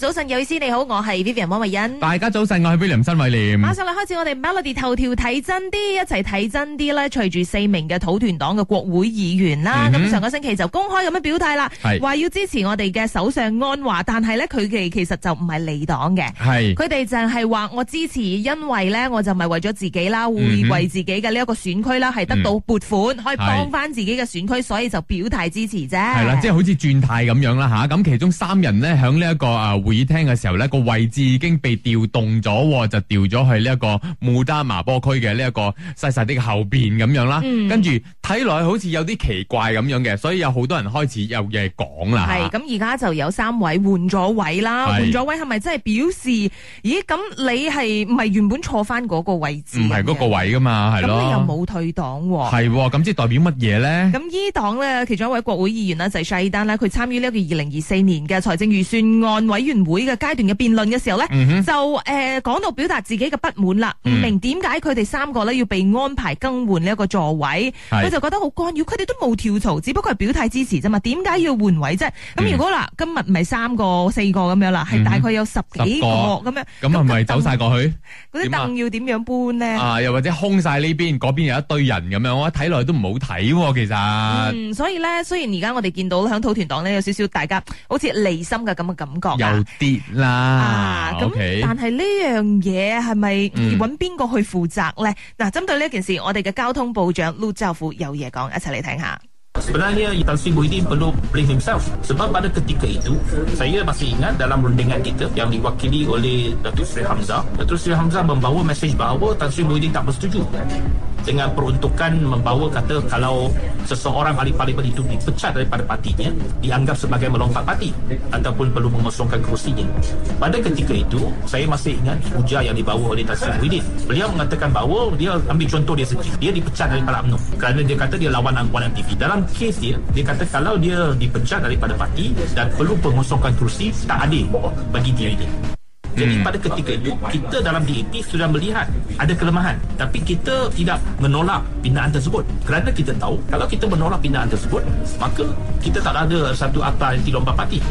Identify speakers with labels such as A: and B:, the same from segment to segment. A: 早晨，有意思你好，我係 Vivian 汪慧欣。
B: 大家早晨，我係 William 新偉廉。
A: 馬上嚟開始我哋 Melody 頭條睇真啲，一齊睇真啲咧。隨住四名嘅土團黨嘅國會議員啦，咁、
B: 嗯哼
A: 上個星期就公開咁樣表態啦，
B: 係
A: 話要支持我哋嘅首相安華，但係咧佢哋其實就唔係離黨嘅。
B: 係
A: 佢哋就係話我支持，因為咧我就唔係為咗自己啦，會
B: 嗯哼嗯
A: 為自己嘅呢一個選區啦，係得到撥款，可以幫翻自己嘅選區，所以就表態支持啫。
B: 係
A: 係
B: 啦，即係好似轉態咁樣啦吓。咁其中三人呢，喺呢一個啊會議廳嘅時候呢，個位置已經被調動咗喎，就調咗去呢一個穆丹麻波區嘅呢一個細細啲嘅後邊咁樣啦。
A: 嗯
B: 跟住睇落去好似有啲奇怪咁樣嘅，所以有好多人開始有嘢講啦。
A: 係咁而啊家就有三位換咗位啦，
B: 啊係
A: 換咗位係咪真係表示？咦，咁你係唔係原本坐翻嗰個位置？
B: 唔係嗰個，位噶嘛，係
A: 咁你又
B: 咯。
A: 冇退黨喎。
B: 係喎，咁即係代表乜嘢咧？
A: 咁伊黨呢，其中一位國會議員呢，就係沙伊丹呢，佢參與呢一個二零二四年嘅財政預算案委員會嘅階段嘅辯論嘅時候呢，
B: 嗯哼，
A: 就誒講到表達自己嘅不滿啦，唔
B: 嗯
A: 明點解佢哋三個呢要被安排更換呢一個座位，佢
B: 係
A: 就覺得好干擾，佢哋都冇跳槽，只不過係表態支持啫嘛，點解要換位啫？咁
B: 嗯
A: 如果嗱，今日唔係三個四個咁樣啦，係
B: 嗯哼
A: 大概有十幾個咁樣，
B: 咁係咪走晒過去？
A: 嗰啲
B: 點啊
A: 凳要點樣搬呢？
B: 啊，又或者空晒呢邊，嗰邊有一堆人咁樣，我睇落去都唔好睇喎，其實。
A: 嗯，所以咧，雖然而家我哋見到響土團黨呢，有少少大家好似離心嘅咁嘅感覺啊
B: 有啲啦
A: 啊，，咁
B: OK
A: 但係呢樣嘢係咪
B: 嗯
A: 揾邊個去負責咧？嗱、針對呢件事，我哋嘅交通部長陸兆福有嘢講，一齊嚟聽下。
C: Sebenarnya Tan Sri Muhyiddin perlu blame himself sebab pada ketika itu saya masih ingat dalam rundingan kita yang diwakili oleh Datuk Seri Hamzah Datuk Seri Hamzah membawa mesej bahawa Tan Sri Muhyiddin tak bersetuju dengan peruntukan membawa kata kalau seseorang ahli parlimen itu dipecat daripada partinya dianggap sebagai melompat parti ataupun perlu mengosongkan kerusinya. Pada ketika itu saya masih ingat hujah yang dibawa oleh Tan Sri Muhyiddin. Beliau mengatakan bahawa dia ambil contoh dia sendiri. Dia dipecat daripada UMNO kerana dia kata dia lawan angkuhan MTV. Dalam kes dia, dia kata kalau dia dipecat daripada parti dan perlu pengosongkan kerusi tak adil bagi dia ini. Jadi pada ketika itu kita dalam DAP sudah melihat ada kelemahan tapi kita tidak menolak pindaan tersebut kerana kita tahu kalau kita menolak pindaan tersebut maka kita tak ada satu akta anti lomba parti.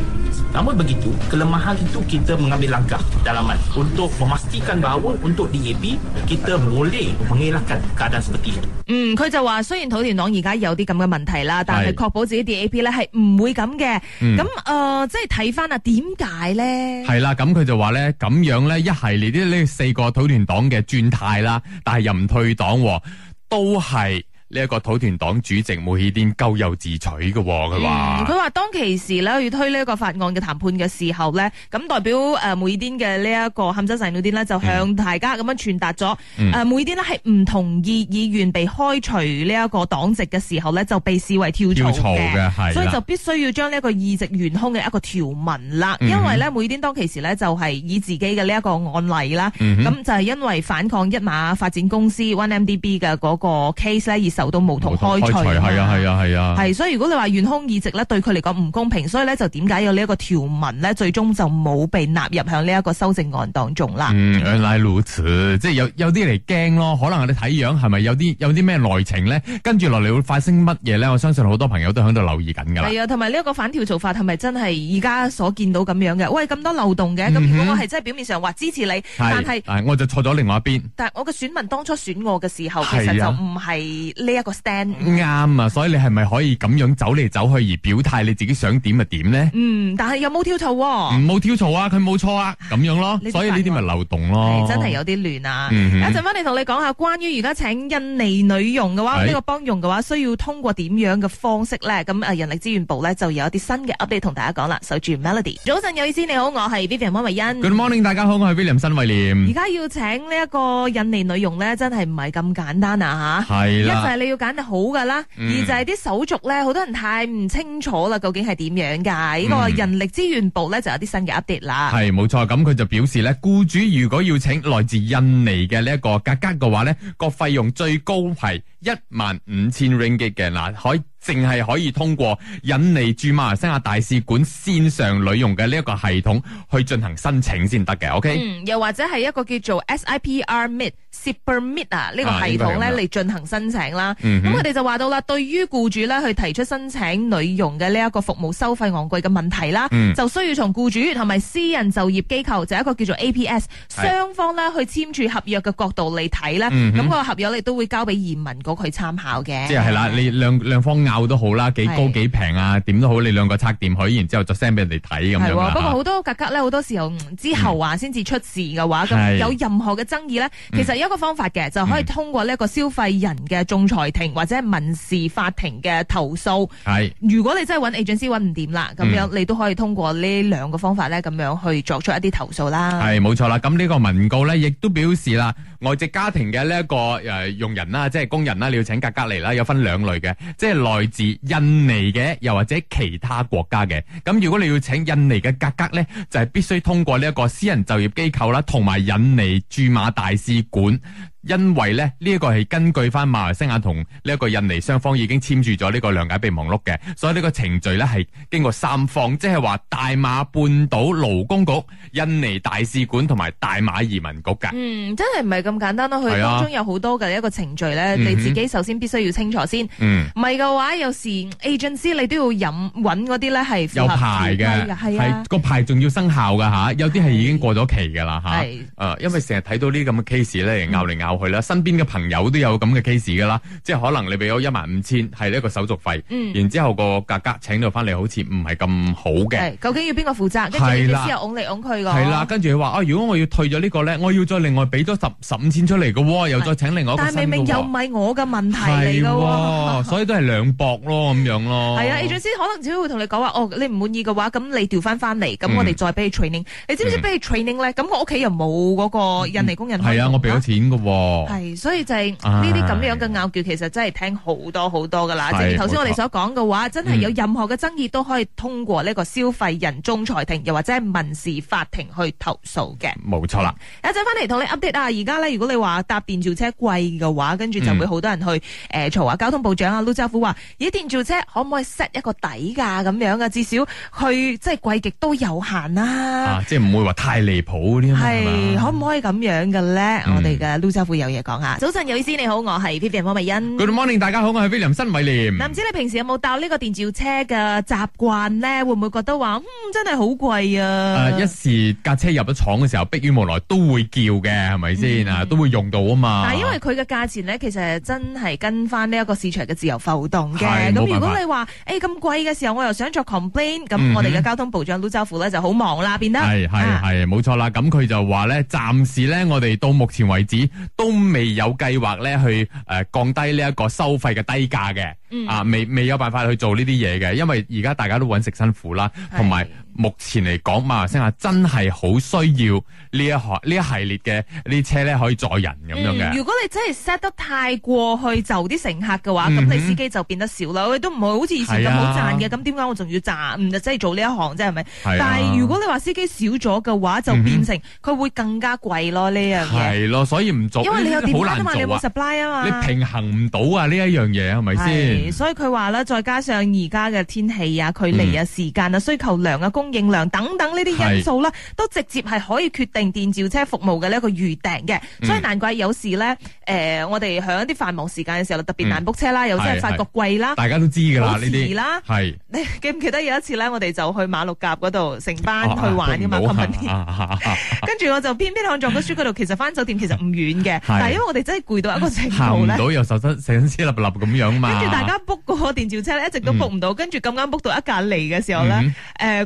C: Namun begitu kelemahan itu kita mengambil langkah dalaman untuk memastikan bahawa untuk DAP kita boleh mengelakkan keadaan seperti itu.
A: 嗯，佢就話雖然土團黨而家有啲咁嘅問題啦，但係
B: 係
A: 確保自己 DAP 咧係唔會咁嘅。咁、
B: 嗯
A: 呃即係睇翻啊，點解咧？
B: 係啦，咁佢就話咧，咁樣咧一系列呢呢四個土團黨嘅轉態啦，但係又唔退黨喎，都係呢一個土團黨主席穆希丁咎由自取嘅喎，
A: 嗯
B: 佢
A: 佢
B: 話
A: 話當其時咧要推呢一個法案嘅談判嘅時候咧，咁代表誒梅爾甸嘅呢一個冚真細女甸呢，就向大家咁樣傳達咗
B: 嗯
A: 誒梅爾甸呢係唔同意議員被開除呢一個黨籍嘅時候咧，就被視為跳
B: 跳
A: 槽
B: 槽
A: 嘅。
B: 嘅係
A: 所以就
B: 啦，
A: 必須要將呢一個議席懸空嘅一個條文啦，
B: 嗯
A: 因為咧梅爾甸當其時咧就係以自己嘅呢一個案例啦，
B: 嗯
A: 咁
B: 哼
A: 就係因為反抗一馬發展公司 1MDB 嘅嗰個 case 咧而受到無
B: 無
A: 同
B: 痛
A: 開除啊嘛，
B: 係啊係啊係啊，
A: 係，所以如果你話懸空議席咧，對佢嚟講唔公平，所以咧就點解有呢一個條文咧，最終就冇被納入響呢一個修正案當中啦。
B: 嗯，原來如此，即係有有啲嚟驚咯，可能我哋睇樣係咪有啲有啲咩內情咧？跟住落嚟會發生乜嘢咧？我相信好多朋友都喺度留意緊㗎啦。
A: 係啊，同埋呢一個反跳槽法係咪真係而家所見到咁樣嘅？喂，咁多漏洞嘅，咁如
B: 嗯哼
A: 果我係真係表面上話支持你，啊但係
B: 但係啊我就錯咗另外一邊。
A: 但係我嘅選民當初選我嘅時候，其
B: 係啊
A: 實就唔係呢一個 stand。
B: 啱啊，所以你係咪可以咁樣走嚟走去而表態你自己想點就點呢？
A: 嗯，但係又冇跳槽喎，
B: 唔好跳槽啊，佢冇錯啊，咁樣咯
A: 呢啲，
B: 所以呢啲咪漏洞咯
A: 係，真係有啲亂啊！
B: 嗯哼
A: 一陣翻嚟同你講下，關於而家請印尼女傭嘅話，
B: 係
A: 呢個幫傭嘅話，需要通過點樣嘅方式咧？咁呃誒人力資源部咧就有一啲新嘅 update 同大家講啦。守住 Melody，早晨有意思，你好，我係 Vivian 温慧欣。
B: Good morning，大家好，我係 William 新威
A: 而
B: 廉，
A: 家要請呢一個印尼女傭咧，真係唔係咁簡單啊吓！一
B: 係
A: 就
B: 啦，
A: 係你要揀好噶啦，
B: 嗯
A: 二就係啲手續咧，好多人太唔清楚啦，究竟係點樣㗎？呢個
B: 嗯
A: 人力資源部咧就有啲新嘅 update 啦。
B: 係冇錯。咁佢就表示呢，僱主如果要請來自印尼嘅呢一個價格嘅話呢個費用最高係一萬五千 ringgit 嘅嗱，可以淨係可以通過引嚟駐馬來西亞大使館線上旅用嘅呢一個系統去進行申請先得嘅。OK，、
A: 嗯，又或者係一個叫做 SIPR Mid。Super Mid 啊，呢個
B: 啊
A: 系統
B: 應該係咁
A: 咧
B: 樣
A: 嚟進行申請啦。
B: 嗯
A: 咁
B: 哼
A: 佢哋就話到啦，對於僱主咧去提出申請女用嘅呢一個服務收費昂貴嘅問題啦，
B: 嗯
A: 就需要從僱主同埋私人就業機構就一個叫做 APS
B: 係
A: 雙方咧去簽署合約嘅角度嚟睇咧，
B: 嗯
A: 咁、
B: 哼
A: 個合約你都會交俾移民局去參考嘅。
B: 即係啦，你兩兩方拗都好啦，幾高
A: 係
B: 幾平啊，點都好，你兩個測掂佢，然之後再 send 俾人哋睇咁
A: 係
B: 樣啊
A: 喎，
B: 啦。
A: 不過
B: 嚇
A: 好多格格咧，好多時候嗯之後啊，先至出事嘅話，咁
B: 係嗯
A: 有任何嘅爭議咧，其實有一個方法嘅，就可以通過呢一個消費人嘅仲裁庭或者係民事法庭嘅投訴。
B: 係。
A: 如果你真係揾 agency 揾唔掂啦，咁樣
B: 嗯
A: 你都可以通過呢兩個方法咧，咁樣去作出一啲投訴啦。
B: 系冇錯啦，咁呢個文告咧，亦都表示啦，外籍家庭嘅呢一個诶用人啦，即係工人啦，你要請格隔離啦，有分兩類嘅，即係來自印尼嘅，又或者其他國家嘅。咁如果你要請印尼嘅格格咧，就係必須通過呢一個私人就業機構啦，同埋印尼駐馬大使館。因為咧呢一個係根據翻馬來西亞同呢一個印尼雙方已經簽署咗呢個諒解備忘錄嘅，所以呢個程序咧係經過三方，即係話大馬半島勞工局、印尼大使館同埋大馬移民局㗎。
A: 嗯，真係唔係咁簡單咯，佢
B: 係啊
A: 當中有好多嘅一個程序咧，
B: 嗯哼
A: 你自己首先必須要清楚先。
B: 嗯。
A: 唔係嘅話，有時 agency 你都要飲揾嗰啲咧係符
B: 有
A: 合
B: 牌
A: 條
B: 嘅，
A: 例係啊
B: 係，個牌仲要生效㗎吓，有啲係已經過咗期㗎啦吓。
A: 係。
B: 誒，因為成日睇到呢啲咁嘅 case 咧，拗嚟拗去啦，身邊嘅朋友都有咁嘅 case 噶啦，即係可能你俾咗一萬五千係一個手續費，
A: 嗯
B: 然之後個價格請到翻嚟好似唔係咁好嘅，
A: 係，究竟要邊個負責？跟住
B: 係啦
A: 你之後拱嚟拱去個。
B: 係啦，。跟住佢話啊，如果我要退咗呢個咧，我要再另外俾多十十五千出嚟嘅喎，又再請另外一個
A: 但
B: 新
A: 係明明
B: 嘅
A: 又
B: 喎
A: 唔，係我嘅問題嚟
B: 係
A: 㗎喎。
B: 喎，所以都係兩搏咯咁樣咯，
A: 係啊，agency 可能只會同你講話，哦，你唔滿意嘅話，咁你調翻翻嚟，咁我哋再俾你 training。你知唔知
B: 嗯
A: 俾你 training 咧？咁我屋企又冇嗰個印尼工人可以
B: 係啊，
A: 用
B: 我俾咗錢嘅喎。
A: 係，所以就係呢啲咁樣嘅拗撬，其實真係聽好多好多噶啦。
B: 係
A: 正如頭先我哋
B: 冇錯嗯
A: 所講嘅話，真係有任何嘅爭議都可以通過呢個消費人仲裁庭，又或者係民事法庭去投訴嘅。
B: 冇錯啦，
A: 一陣翻嚟同你 update 啊！而家咧，如果你話搭電召車貴嘅話，跟住就會好多人去
B: 嗯
A: 誒嘈啊！交通部長啊，陸兆虎話：咦，電召車可唔可以 set 一個底價咁樣啊？至少佢即係貴極都有限啦、
B: 啊，即係唔會話太離譜嗰啲啊嘛
A: 係
B: 係嘛
A: 可唔可以咁樣嘅咧？
B: 嗯
A: 我哋嘅陸兆虎有嘢講啊下。早晨，有意思你好，我係 Vivian 汪美欣。
B: Good morning，大家好，我係 William 新偉廉。
A: 嗱，唔知你平時有冇搭呢個電召車嘅習慣咧？會唔會覺得話，嗯，真係好貴
B: 誒、
A: 啊？
B: 一時架車入咗廠嘅時候，迫於無奈都會叫嘅，係咪先啊？都會用到啊嘛。
A: 嗯但係因為佢嘅價錢咧，其實真係跟翻呢一個市場嘅自由浮動嘅。
B: 係
A: 咁
B: 冇
A: 如
B: 辦法
A: 果你話誒咁貴嘅時候，我又想作 complain，咁
B: 嗯
A: 我哋嘅交通部長陸兆福咧就好忙啦，變得
B: 係係
A: 啊
B: 係冇錯啦。咁佢就話咧，暫時咧，我哋到目前為止都未有計劃咧去誒、呃降低呢一個收費嘅低價嘅。
A: 嗯
B: 啊，未未有辦法去做呢啲嘢嘅，因為而家大家都揾食辛苦啦，
A: 係
B: 同埋目前嚟講，馬來西亞真係好需要呢一行呢一系列嘅呢啲車咧可以載人咁樣
A: 嗯
B: 嘅。
A: 如果你真係 set 得太過去就啲乘客嘅話，咁、
B: 嗯哼
A: 你司機就變得少啦。喂，都唔係好似以前咁
B: 係
A: 好
B: 啊
A: 賺嘅，咁點解我仲要賺？唔就真係做呢一行啫，係咪？
B: 係啊嗯
A: 但係如果你話司機少咗嘅話，就變成佢會更加貴咯呢樣嘢。
B: 係咯，所以唔做，
A: 因為你有
B: 呢啲
A: 電
B: 好
A: 話啊
B: 難
A: 嘛，你
B: 做
A: 冇
B: 啊。
A: supply 啊嘛。
B: 你平衡唔到啊呢一樣嘢係咪
A: 係，
B: 先？
A: 所以佢話啦，再加上而家嘅天氣啊、距離
B: 嗯
A: 啊、時間啊、需求量啊、供應量等等呢啲因素啦，都直接係可以決定電召車服務嘅呢一個預訂嘅。
B: 嗯
A: 所以難怪有時咧，誒，我哋響一啲繁忙時間嘅時候，特別難 book 車啦，有時係
B: 嗯係
A: 發覺貴啦。
B: 大家都知㗎啦，
A: 好
B: 呢
A: 遲
B: 啲
A: 啦
B: 係
A: 你記唔記得有一次咧，我哋就去馬六甲嗰度成班
B: 啊
A: 去玩㗎嘛
B: 都唔好
A: company
B: 啊
A: 跟住我就偏偏向撞個書嗰度，其實翻酒店其實唔遠嘅，但係因為我哋真係攰到一個程
B: 行
A: 度
B: 唔
A: 咧。
B: 到又手身成身黐立立咁樣嘛。
A: 跟住大家 book 個電召車咧，一直都 book 唔到，跟住咁啱 book 到一架嚟嘅時候咧
B: 嗯，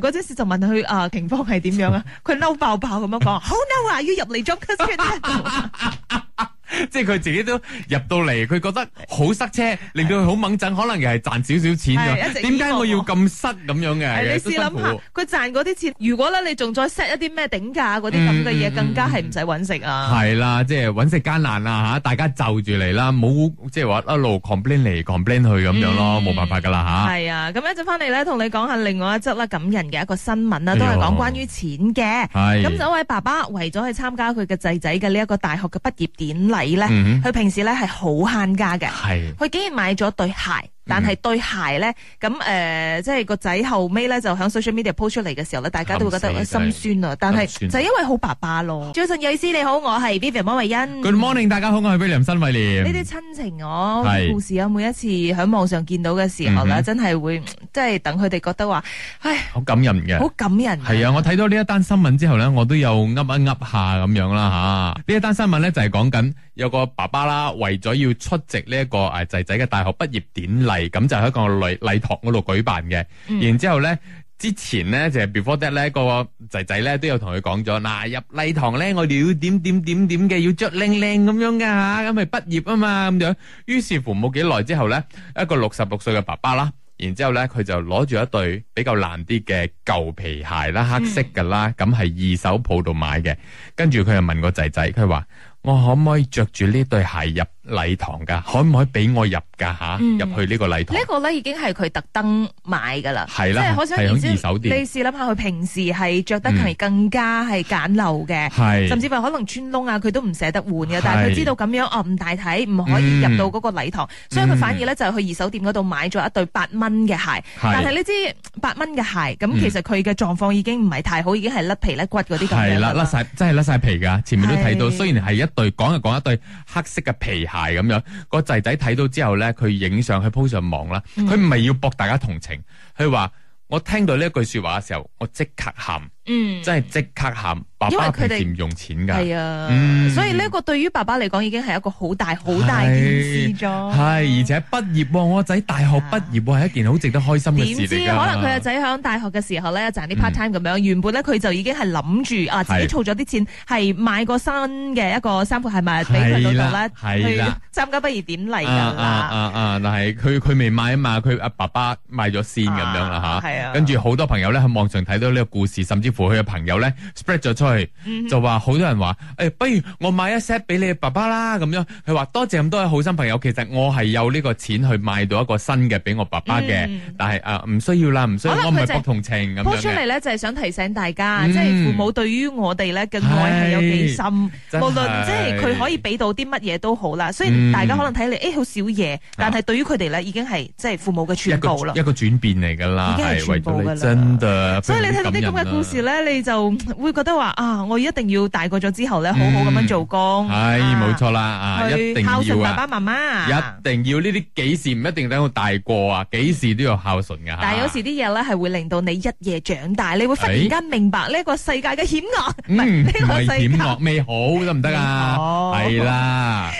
A: 誒嗰陣時就問佢啊情況係點樣 啊？佢嬲爆爆咁樣講，好嬲啊！要入嚟 job
B: 即係佢自己都入到嚟，佢覺得好塞車，令到佢好掹憎，可能又係賺少少錢
A: 係一
B: 㗎。
A: 直
B: 點解我要咁塞咁樣嘅？
A: 你
B: 啊
A: 試
B: 都辛苦
A: 諗下，佢賺嗰啲錢，如果咧你仲再 set 一啲咩頂價嗰啲咁嘅嘢，
B: 嗯嗯嗯嗯
A: 更加係唔使揾食啊！
B: 係啦，即係揾食艱難啦吓，大家就住嚟啦，冇即係話一路 complain 嚟 complain 去咁樣
A: 嗯
B: 咯，冇辦法㗎啦吓。
A: 係啊，咁一陣翻嚟咧，同你講下另外一則啦，感人嘅一個新聞啦，都係
B: 哎呦哎
A: 講關於錢嘅。
B: 係
A: 咁就一位爸爸為咗去參加佢嘅仔仔嘅呢一個大學嘅畢業典禮咧，
B: 嗯哼
A: 佢平時咧係好慳家嘅。
B: 係
A: 佢竟然買咗對鞋，但
B: 嗯
A: 係對鞋咧，咁誒、呃即係個仔後尾咧就喺 social media post 出嚟嘅時候咧，大家都會覺得
B: 慘
A: 哎
B: 死
A: 心
B: 真係
A: 酸啊。但係
B: 心酸
A: 就因為好爸爸咯。早晨，瑞思你好，我係 Vivian 汪慧欣。
B: Good morning，大家好，我係 William 新偉廉。
A: 呢啲親情我
B: 係
A: 故事啊，每一次喺網上見到嘅時候咧，
B: 嗯哼
A: 真係會即係等佢哋覺得話，唉，
B: 好感人嘅。
A: 好感人。
B: 係啊，我睇到呢一單新聞之後咧，我都有噏一噏下咁樣啦吓。呢一單新聞咧就係講緊有個爸爸啦，為咗要出席呢一個诶仔仔嘅大學畢業典禮，咁就喺一個禮禮堂嗰度舉辦嘅。
A: 嗯
B: 然之后咧。之前咧就係 before that 咧，個仔仔咧都有同佢講咗，嗱入禮堂咧，我哋要點點點點嘅，要着靚靚咁樣噶吓，咁咪畢業啊嘛咁樣。於是乎冇幾耐之後咧，一個六十六歲嘅爸爸啦，然之後咧佢就攞住一對比較爛啲嘅舊皮鞋
A: 嗯
B: 啦，黑色噶啦，咁係二手鋪度買嘅。跟住佢就問個仔仔，佢話：我可唔可以着住呢對鞋入禮堂噶？可唔可以俾我入噶吓？
A: 嗯
B: 入去呢個禮堂
A: 呢？個咧已經係佢特登買㗎啦，
B: 係啦
A: 即係可想
B: 係
A: 而
B: 響
A: 知。
B: 二手店嗯
A: 你試諗下，佢平時係着得係更加係簡陋嘅。
B: 係
A: 甚至乎可能穿窿啊，佢都唔捨得換嘅，但係
B: 係嗯
A: 佢知道咁樣哦唔大體，唔可以入到嗰個禮堂，所以佢反而咧就去二手店嗰度買咗一對八蚊嘅鞋。但係呢支八蚊嘅鞋，
B: 嗯
A: 咁其實佢嘅狀況已經唔係太好，已經係甩皮甩骨嗰啲咁樣
B: 係啦，
A: 㗎
B: 甩晒真係甩晒皮㗎。前面都睇到，
A: 係
B: 雖然係一對講就講一對黑色嘅皮鞋咁樣，個仔仔睇到之後咧，佢影相去 po 上網啦。
A: 嗯
B: 佢唔係要博大家同情，佢話我聽到呢一句说話嘅時候，我即刻喊，
A: 嗯，
B: 真係即刻喊。爸
A: 因為
B: 爸
A: 佢
B: 平
A: 哋
B: 時唔用錢㗎。
A: 係啊
B: 嗯，
A: 所以呢個對於爸爸嚟講已經係一個好大好大件事咗。
B: 系，而且畢業喎，我仔大學畢業喎，係一件好值得開心嘅
A: 點
B: 事
A: 知
B: 嚟
A: 可
B: 㗎。嗯
A: 能佢個仔喺大學嘅時候咧賺啲 part time 咁樣，原本咧佢就已經係諗住啊自己
B: 係
A: 儲咗啲錢，係買個新嘅一個衫褲鞋襪俾佢
B: 係
A: 嗰度
B: 啦
A: 啦，
B: 係
A: 去
B: 啦
A: 參加畢業典禮㗎
B: 啊啊
A: 啦。
B: 啊啊！但係佢佢未買啊嘛，佢阿爸爸買咗先咁樣啦
A: 啊
B: 吓。
A: 係啊
B: 跟住好多朋友咧喺網上睇到呢個故事，甚至乎佢嘅朋友咧 spread 咗出去，
A: 嗯
B: 就話好多人話：，誒、不如我買一 set 俾你爸爸啦咁樣。佢話多謝咁多位好心朋友，其實我係有呢個錢去買到一個新嘅俾我爸爸嘅，
A: 嗯
B: 但係啊唔需要啦，唔需要，
A: 可能
B: 我唔
A: 佢
B: 係
A: 就
B: 博同情咁
A: po
B: 樣
A: 出
B: 嘅
A: 嚟。咧就係想提醒大家，
B: 嗯
A: 即係父母對於我哋咧嘅愛係有幾深，
B: 真係
A: 無論即係佢可以俾到啲乜嘢都好啦。雖
B: 嗯
A: 然大家可能睇嚟誒好少嘢，但係對於佢哋咧已經係即係父母嘅
B: 一
A: 全
B: 個
A: 部啦。
B: 一個轉變嚟㗎啦，
A: 已經係
B: 係為
A: 全部㗎啦
B: 咗你真嘅。
A: 所以你睇到啲咁嘅故事咧，你就會覺得話啊，我一定要大個咗之後咧，好好咁樣做工，
B: 嗯係
A: 啊
B: 冇錯啦，啊，一
A: 去
B: 定
A: 孝
B: 要
A: 順
B: 啊
A: 爸。爸媽媽。
B: 一定要呢啲幾時唔一定等我大個啊，幾時都要孝順噶。
A: 但係有時啲嘢咧係會令到你一夜長大，你會忽然間明白呢個世界嘅險惡，唔係
B: 哎嗯，
A: 呢
B: 唔
A: 個
B: 係
A: 世
B: 險
A: 界。
B: 惡未好得唔得啊？
A: 未好
B: 係啦。